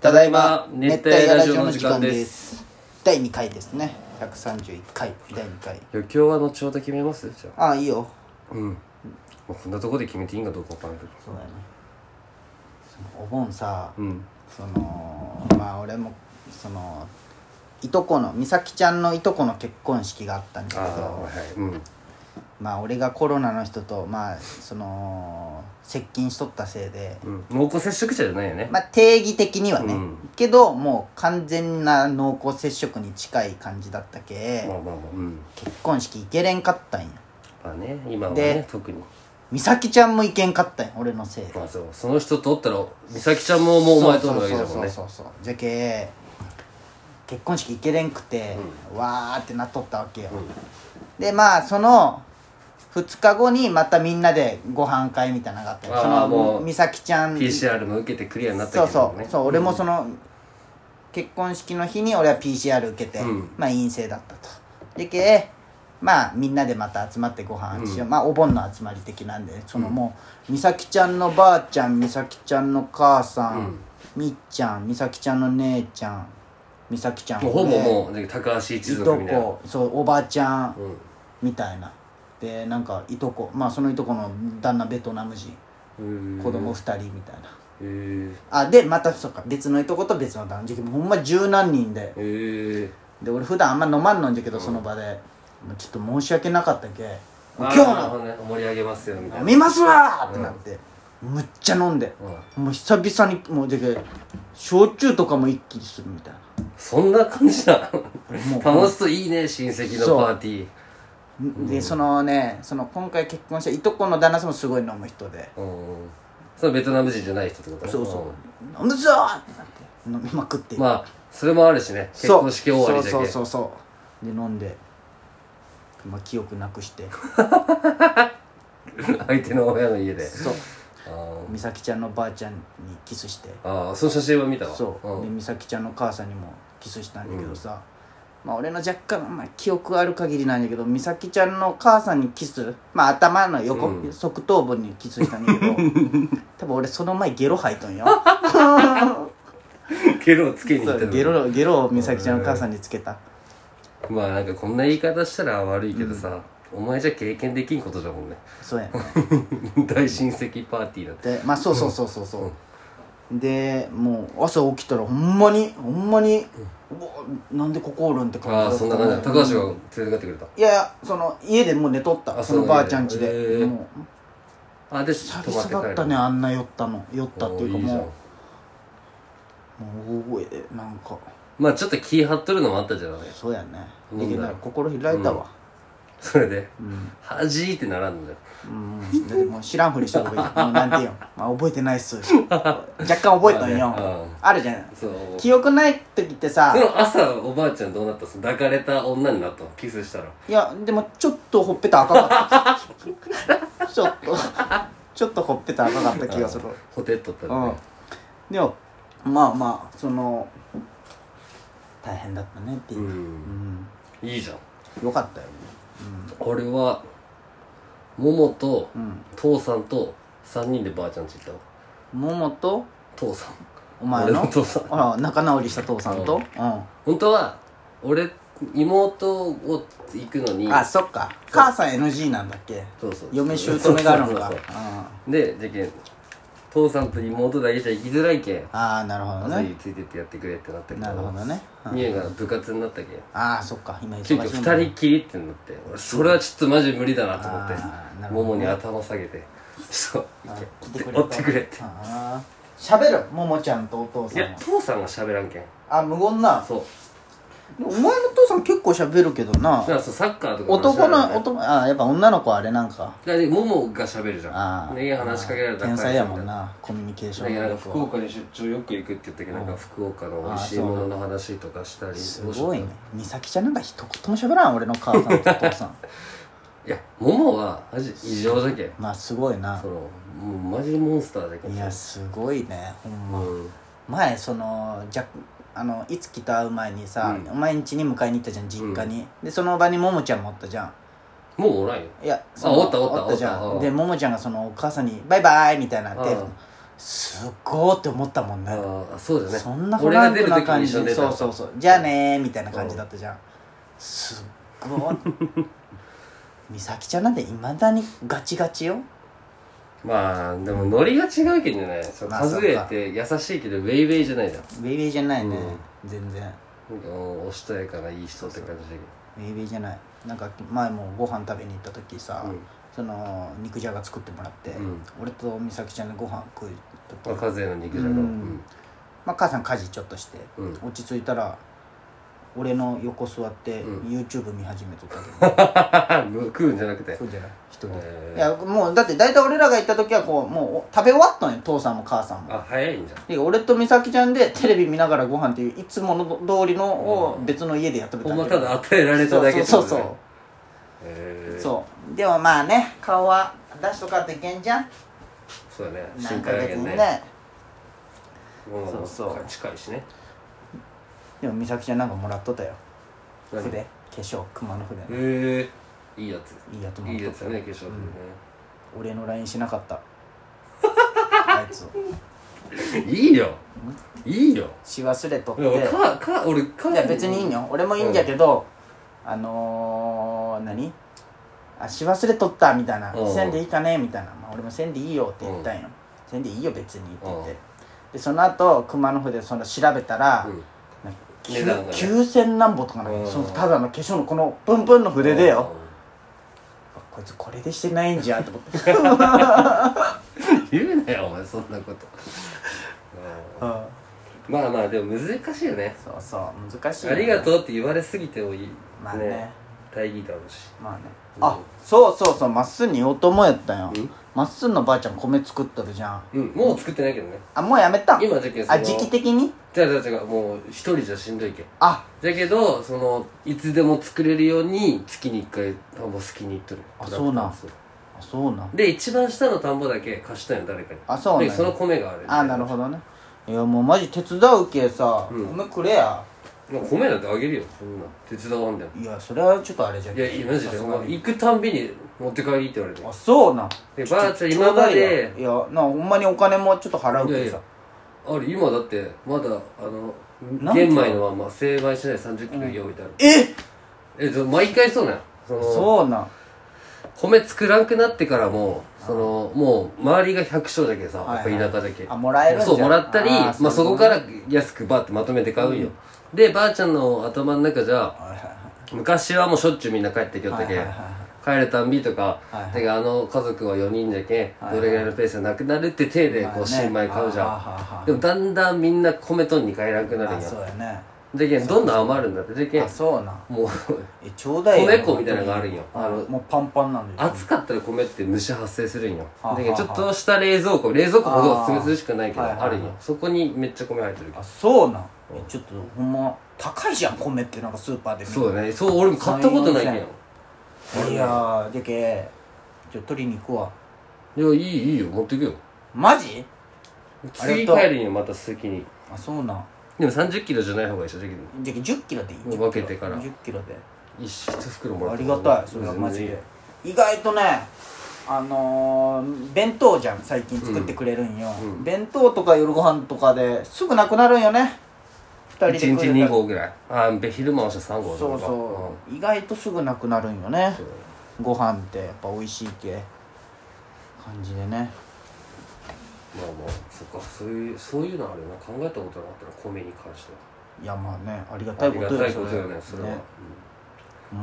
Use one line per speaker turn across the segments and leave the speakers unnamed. ただい
ま
ま
熱帯ラジオの時間です
第2回ですね131回第2回
余興は後ほど決めますじゃ
ああいいよ
あうんもうこんなとこで決めていいんかどうかわからんけど
そうだねそのお盆さ、
うん
そのまあ俺もそのいとこの美咲ちゃんのいとこの結婚式があったんだ
ああ
けど
はいうん
まあ俺がコロナの人とまあその接近しとったせいで
うん濃厚接触者じゃないよね
まあ定義的にはね、
うん
けどもう完全な濃厚接触に近い感じだったけ、
まあまあまあうん
結婚式行けれんかったんよ
まあね今は
で
ね特に
美咲ちゃんも行けんかったんよ俺のせいで
まあそうその人とおったら美咲ちゃんももうお前とおるわけ
そ
だ
う
もん
そ
ね
うそうそうじゃけ結婚式行けれんくて、わーってなっとったわけよ、でまあその2日後にまたみんなでご飯会みたいなのがあったよ
あー
その
もう
美咲ちゃん
PCR も受けてクリアになっ
そ
た
う
けど
そ
ね
うそう俺もその、結婚式の日に俺は PCR 受けて、
うん
まあ陰性だったとでけまあみんなでまた集まってご飯しよう、まあお盆の集まり的なんでそのもう、美咲ちゃんのばあちゃん美咲ちゃんの母さん、
うん
みっちゃん美咲ちゃんの姉ちゃん美咲ちゃん
もうほぼ
俺
もうね高橋一
い
族
と
みたいな
こそうおばあちゃん、
うん
みたいなでなんかいとこまあそのいとこの旦那ベトナム人
うん
子供2人みたいな、
へえ
あでまたそうか別のいとこと別の男女ほんま十何人で
へえ
で俺普段あんま飲まんのんじゃけど、その場でもうちょっと申し訳なかったけ今
あー
日
なるほ
の
どね盛り上げますよみたい
飲
な
みますわーってなって、むっちゃ飲んで、もう久々にもうじゃけ焼酎とかも一気にするみたいな
そんな感じだ
もう
楽しそういいね親戚のパーティー
でそのねその今回結婚したいとこの旦那さんもすごい飲む人で
うんそのベトナム人じゃない人ってことね
そうそう飲むぞーってなって飲みまくって
うんまあそれもあるしね結
そう
婚式終わりだけ
そうそうそうそうで飲んで、まあ、記憶なくして
相手の親の家で
そう
あー
美咲ちゃんのばあちゃんにキスして
あーその写真は見たわ
そう、
ん
で美咲ちゃんの母さんにもキスしたんだけどさ、まあ、俺の若干、まあ、記憶ある限りなんだけど美咲ちゃんの母さんにキスまあ頭の横、
うん
側頭部にキスしたんだけ ど多分俺その前ゲロ吐いとんよ
ゲロをつけに行った
そう
の
ゲロゲロを美咲ちゃんの母さんにつけた、
まあなんかこんな言い方したら悪いけどさ、お前じゃ経験できんことじゃもんね
そうやね
大親戚パーティーだって
でまあそうそうそうそうそう、でもう朝起きたらほんまにほんまに、うわなんでここおるんって
あ
感
あ
じ
そん
だ
な
った
感じだ高
うん
橋が連れて帰ってくれた
いやいやその家でもう寝とった
あ
その
そう
ば
なんや
あちゃん家で、
へえ
もう
あで
久
泊まって帰
々だったねあんな酔ったの酔ったっていうか
お
もう
ーいいじゃん
もう大声でなんか
まあちょっと気張っとるのもあったじゃない
そうやね
飲んだ
でき
よ
ない心開いたわ
それで
うん、
はじーってならんのだよ
うんだってもう知らんふりした方がいいもうなんて言うん、まあ、覚えてないっす若干覚えたんよ、
まあね
あるじゃん
そう
記憶ない時ってさ
その朝おばあちゃんどうなったその抱かれた女になったのキスしたら
いやでもちょっとほっぺた赤かったちょっとちょっとほっぺた赤かった気がする
ホテっとった
う
ら
ん
ね
でもまあまあその大変だったねっていうう、
ん
うん
いいじゃん
よかったよね
俺はももと
うん
父さんと3人でばあちゃんち行ったわ
桃と
父さん
お前
俺の
の
父さん
あら仲直りした父さんと、う
本当は俺妹を行くのに
ん、あそっか母さん NG なんだっけ
そうそう
嫁姑があるのか
そうそうそう
あ
そうでじゃけん父さんと妹だけじゃ行きづらいけん
あーなるほどね
朝についてってやってくれってなったけど
なるほどね、うん
美優が部活になったけん
ああそっか今忙しい
急
もんね
遽二人きりってなって俺それはちょっとマジ無理だなと思って
あーなるほ
も
ど
もに頭下げてそう
あ
行
来
け
てくれ
追ってくれって
あー喋るももちゃんとお父
い
さん
や
は
父さんが喋らんけん
あ無言な
そう
でもお前の父さん結構喋るけど
だ
な
からそうサッカーとか
男
話しながら
の男あーやっぱ女の子はあれなんか
だからももが喋るじゃ
あ
ん
あ
で話しかけられたら
天才やもんなコミュニケーショ
だけ
ン
ど
能
なんか
力
福
は
岡に出張よく行くって言ったけどなんか福岡の美味しい
あー
ものの話とかしたり
す
どうしよう
ごいね美咲ちゃんなんか一言も喋らん俺の母さんとお父さん
いやももはマジ異常じゃけん
まあすごいな
そのもうマジモンスターじゃけん
いやすごいねほん
う
ま
ん
前そのじゃあのいつきと会う前にさ、
うん
お前ん家に迎えに行ったじゃん実家に、でその場にももちゃんもおったじゃん
もうおらんよ
いや
あおったおった
じゃ
おった
ん
うん
でももちゃんがそのお母さんに「バイバイ」みたいなって
うん
すっごーって思ったもんね
ああそうだね
そんなフ
俺
ラ
が
ン
出
ク
る時
な感
に
じ
一
そ
緒に
う
出た
そうそうじゃあねーみたいな感じだったじゃんすっごー 美咲ちゃんなんていまだにガチガチよ
まあでもノリが違うけどねそう
まあ
数えて優しいけどウェイウェイじゃないじゃん
ベイベーじゃないね、
う
全然
なんかうんおしとやかないい人って感じだ
ベイベーじゃないなんか前もご飯食べに行った時さ、
うん
その肉じゃが作ってもらって、
うん
俺と美咲ちゃんでご飯食う
けど
時、
若勢の肉じゃがう
うん
ん
まあ、母さん家事ちょっとして、
うん
落ち着いたら俺の横座って
う
YouTube 見始めとったけど、
食うんじゃなく て
そうじゃない一人で、
へー
いやもうだって大体俺らが行った時はこうもう食べ終わったんよ父さんも母さんも
あ早いんじゃん
で俺と美咲ちゃんでテレビ見ながらご飯っていういつもの通りのを別の家でやってみた
ほ
わ
ん
け
まただ与えられただけ
そうそうそう
う
そうでもまあね顔は出しとかっていけんじゃん
そうだね
何
新
ヶ
海
月
原
にね
ねうん
そうそう
近いしね
でも美咲ちゃんなんかもらっとったよ
何
筆
へ
化粧熊の筆
えいいやつ
いいやつも
い
らっと
いや
っ
つ
た
だね化粧品
俺の LINE しなかった あいつを
ね いいよいいよ
し忘れとって
でもかか俺か
いや別にいいんよ俺もいいんじゃけど、あのー、何あし忘れとったみたいな
うん
せんでいいかねみたいな、まあ、俺もせんでいいよって言ったんよ、せんでいいよ別にって言って、
うん
でその後熊野筆その調べたら、
うん
なんかきゅ
値段がね
9000何歩とかな、
うん
そのただの化粧のこのプンプンの筆でよ、こいつこれでしてないんじゃと思って、
うん 言うなよお前そんなことう
うんん
まあまあでも難しいよね
そうそう難しいよ
あ
ね、
りがとうって言われすぎてもいい
まあね
大義だろうし
まあね
うん
あそうそうそうまっすんに言おうと思やったんよ
うん
まっすんのばあちゃん米作っとるじゃん
うんもう作ってないけどね
あもうやめたん
今じゃけんそ
あ
の
時期的に
違う違う違うもう一人じゃしんどいけん
あ
だけどそのいつでも作れるように月に1回田んぼ好きに行っとる
あそうなん
そう
あそうなん
で一番下の田んぼだけ貸したんよ誰かに
あそうなん
で
や
その米がある
あなるほどねいやもうマジ手伝うけさ、
うん
米くれや
ど米なんてあげるよそんな手伝わんだよ
いやそれはちょっとあれじゃん
いやいやマジで
さ
お
すが
前
に
行くたんびに持って帰りって言われて
あそうなん
でばあちゃ
ょ
ん
ょ
今
うだ
ま
いや
で
いやなほんまにお金もちょっと払う
いや
け
い
どさ
やあれ今だってまだあの
なんで
玄米のまま精米しない3 0キロ用意ってある、
え
えそ毎回そうなんよその
そうなん
米作らんくなってからもそのもう周りが百姓だけさ、
はいはい
やっぱ田舎だけ
あもらえるんじゃん
そうもらったり
あー
まあ、
そう
そ
いう
こ
こと
から安くバーってまとめて買うんよ、でばあちゃんの頭の中じゃ
はいはいはい
昔はもうしょっちゅうみんな帰ってきよったけん、
はいはいはい
帰るたんびとか、
はいはい
てかあの家族は4人じゃけん、
はいはい
どれぐらいのペースでなくなるって手でこう新米買うじゃ
まあねあーはー
ん、
はーはー
でもだんだんみんな米とんに帰らんくなる
あ
んや
そうやね
じゃけんどんどん余るんだってじゃけん
あそうなん
もう
えちょうだいよ
米粉みたいなのがあるんよ
あ
あの
もうパンパンなんで
暑かったら米って虫発生するんよ
はあ
だけど
はあ
ちょっとした冷蔵庫冷蔵庫ほど
あ
は
ー
涼しくないけど
はいはい
あ
はい
るんよそこにめっちゃ米入ってる
あそうなんえちょっとほんま高いじゃん米ってなんかスーパーで見る
そうだねそう俺も買ったことないけん
三いやーじゃけちょっと取りに行くわ
よいやいいいいよ持ってくよ
マジ
次帰るんよまた好きに
あそうなん
でも3 0キロじゃない方がいいしだけど
じゃけ1 0キロでいい
もう分けてから
1 0キロで
一一袋もら
あ
って
り
も
がたいそれは
全然
マジで意外とねあのー、弁当じゃん最近作ってくれるんよ、
うんうん
弁当とか夜ご飯とかですぐなくなるんよね2人で
1
食
日
え
2合ぐらいあべ昼間は3合
そうそう、意外とすぐなくなるんよね
そうだね
ご飯ってやっぱ美味しい系感じでね
まあまあそっかそういうそういうのあるよな考えたことなかったな米に関して
いやまあねありがた
はいあり
こと
がた
よ
いことよねそれは、
ね
うん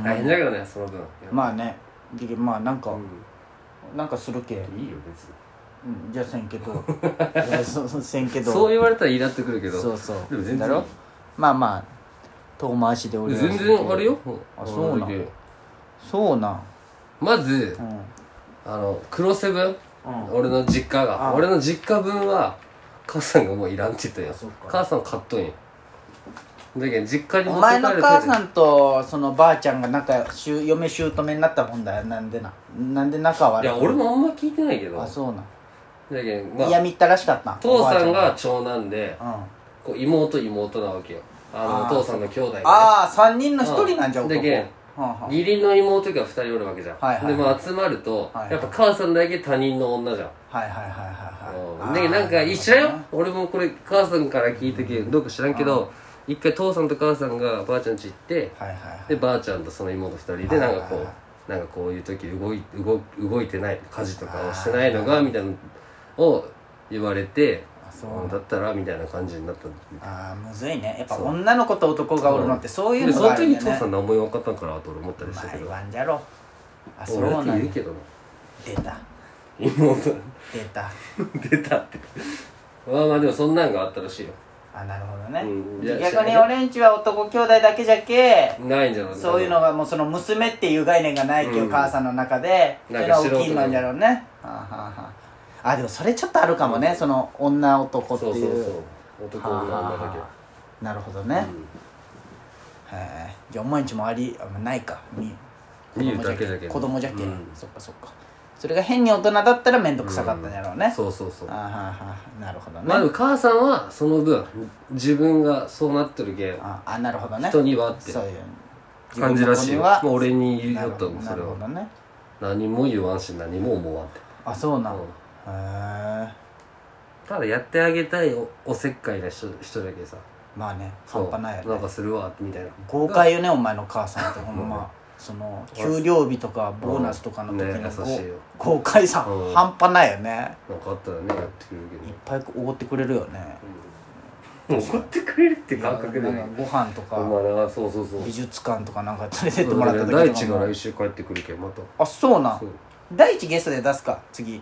大変だけどねその分
まあねでまあなんか、
う
なんかするけ、
んいいよ別に
うん、じゃあせんけど いやそそせんけど
そう言われたらイラってくるけど
そうそう
でも全然
だろまあまあ遠回しで俺は
全然あれよ
あそうなん
俺だけ
そうなん
まず
うん
あの黒セブン
うん
俺の実家が
あ
俺の実家分は母さんがもういらんって言ったん
あ
よ
そっか
母さん買っとんよだけど実家に
お
持っ
前
て
の
帰る
母さんとそのばあちゃんが仲しゅ嫁姑になったもんだよなんでななんで仲
い
悪い
や俺もあんま聞いてないけど
あ
だ
そうなん、
けどま
嫌
あ
みったらしかった
父さん
おば
が長男で
あちゃんうん
こう妹妹なわけよあ
あ
の
ー
父さんの兄弟でね
ああ3人の1人なんじゃ
うん
男
でけん
はんはん
義理の妹が2人おるわけじゃん、
はいはい
でも集まると、
はいはい
やっぱ母さんだけ他人の女じゃん、
はいはいはいはいはいはい
ねなんか一緒よ俺もこれ母さんから聞いたけどどうか知らんけど一回父さんと母さんがばあちゃん家行って
はいはいはい
でばあちゃんとその妹二人でなんかこうなんかこういう時動い動動いてない家事とかをしてないのがみたいなのを言われて
あそう
だったらみたいな感じになった
あーむずいねやっぱ女の子と男がおるのってそういう
で
の
その
がある
時
ん
に
だ
父
ね
さん何も言わんかったんかなと俺思ったりし
ま
た
あ
け
言
ど
わんじゃろあそう
俺
な
って
ん
言う
だ
けどな
出た
妹
出た
出たってまあまあでもそんなんがあったらしいよ
あなるほどね、
うんいや
逆に俺んちは男兄弟だけじゃけ
ないんじゃない
そういうのがもうその娘っていう概念がないけど、
うん
母さんの中でそう
ない
うんの
か
は大きいのんじゃろうねはあ、はあはあ、あでもそれちょっとあるかもね、その女男ってい
そううそうそう男
はあ
女
はあ
女
は
だ
あなるほど
け
ね、へえじゃあお前んちもありあないかみ
見るだけだけど
子供じゃけ、
うん
そっかそっかそれが変に大人だったら面倒くさかったんやろうね、
うんそうそうそう
あはあはあなるほどね、
まあでも母さんはその分自分がそうなってるけん
ああなるほどね
人にはって
そういう
感じらしいよ
自分の子には
もう俺に言い
な
よ
る
っ
ほ
た
ど
もんそれ
なる
は
ほどね
何も言わんし何も思わんって
あそうなの、
うん
へえ
ただやってあげたいおおせっかいな人人だけさ
まあね
そ
半
う
端ない
な
よ
ん
ね
かするわみたいな
豪快よねお前の母さんってほんまその給料日とかボーナスとかの時
ね
の
優しいよ
ご豪快さ
うん
半端ないよね
なんかあったらねやってく
い
れる
っぱいおごってくれるよね
けど怒ってくれるって感覚で
な
ね
んかご飯と
まあ
か
なんかそうそうそう
美術館とかなんか連れてってもらった時とか
大地
も
が来週帰ってくるけんまた
あそうな
そう
大地ゲストで出すか次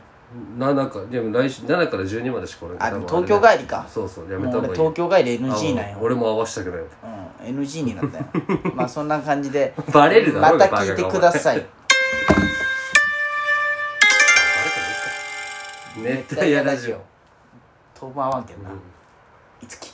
7かでも来週7から12までしか俺
あでも
多分
東京帰りか
そうそうやめ
も
た
う
方が
俺
いい
東京帰り NG なん
あ
よ
俺も合わしたくないよ
うん NG にな ったよまあそんな感じで
バレるだ
ま
ろ
た聞いてください
ネットやラジオ
当番はんけんな、
うん
いつき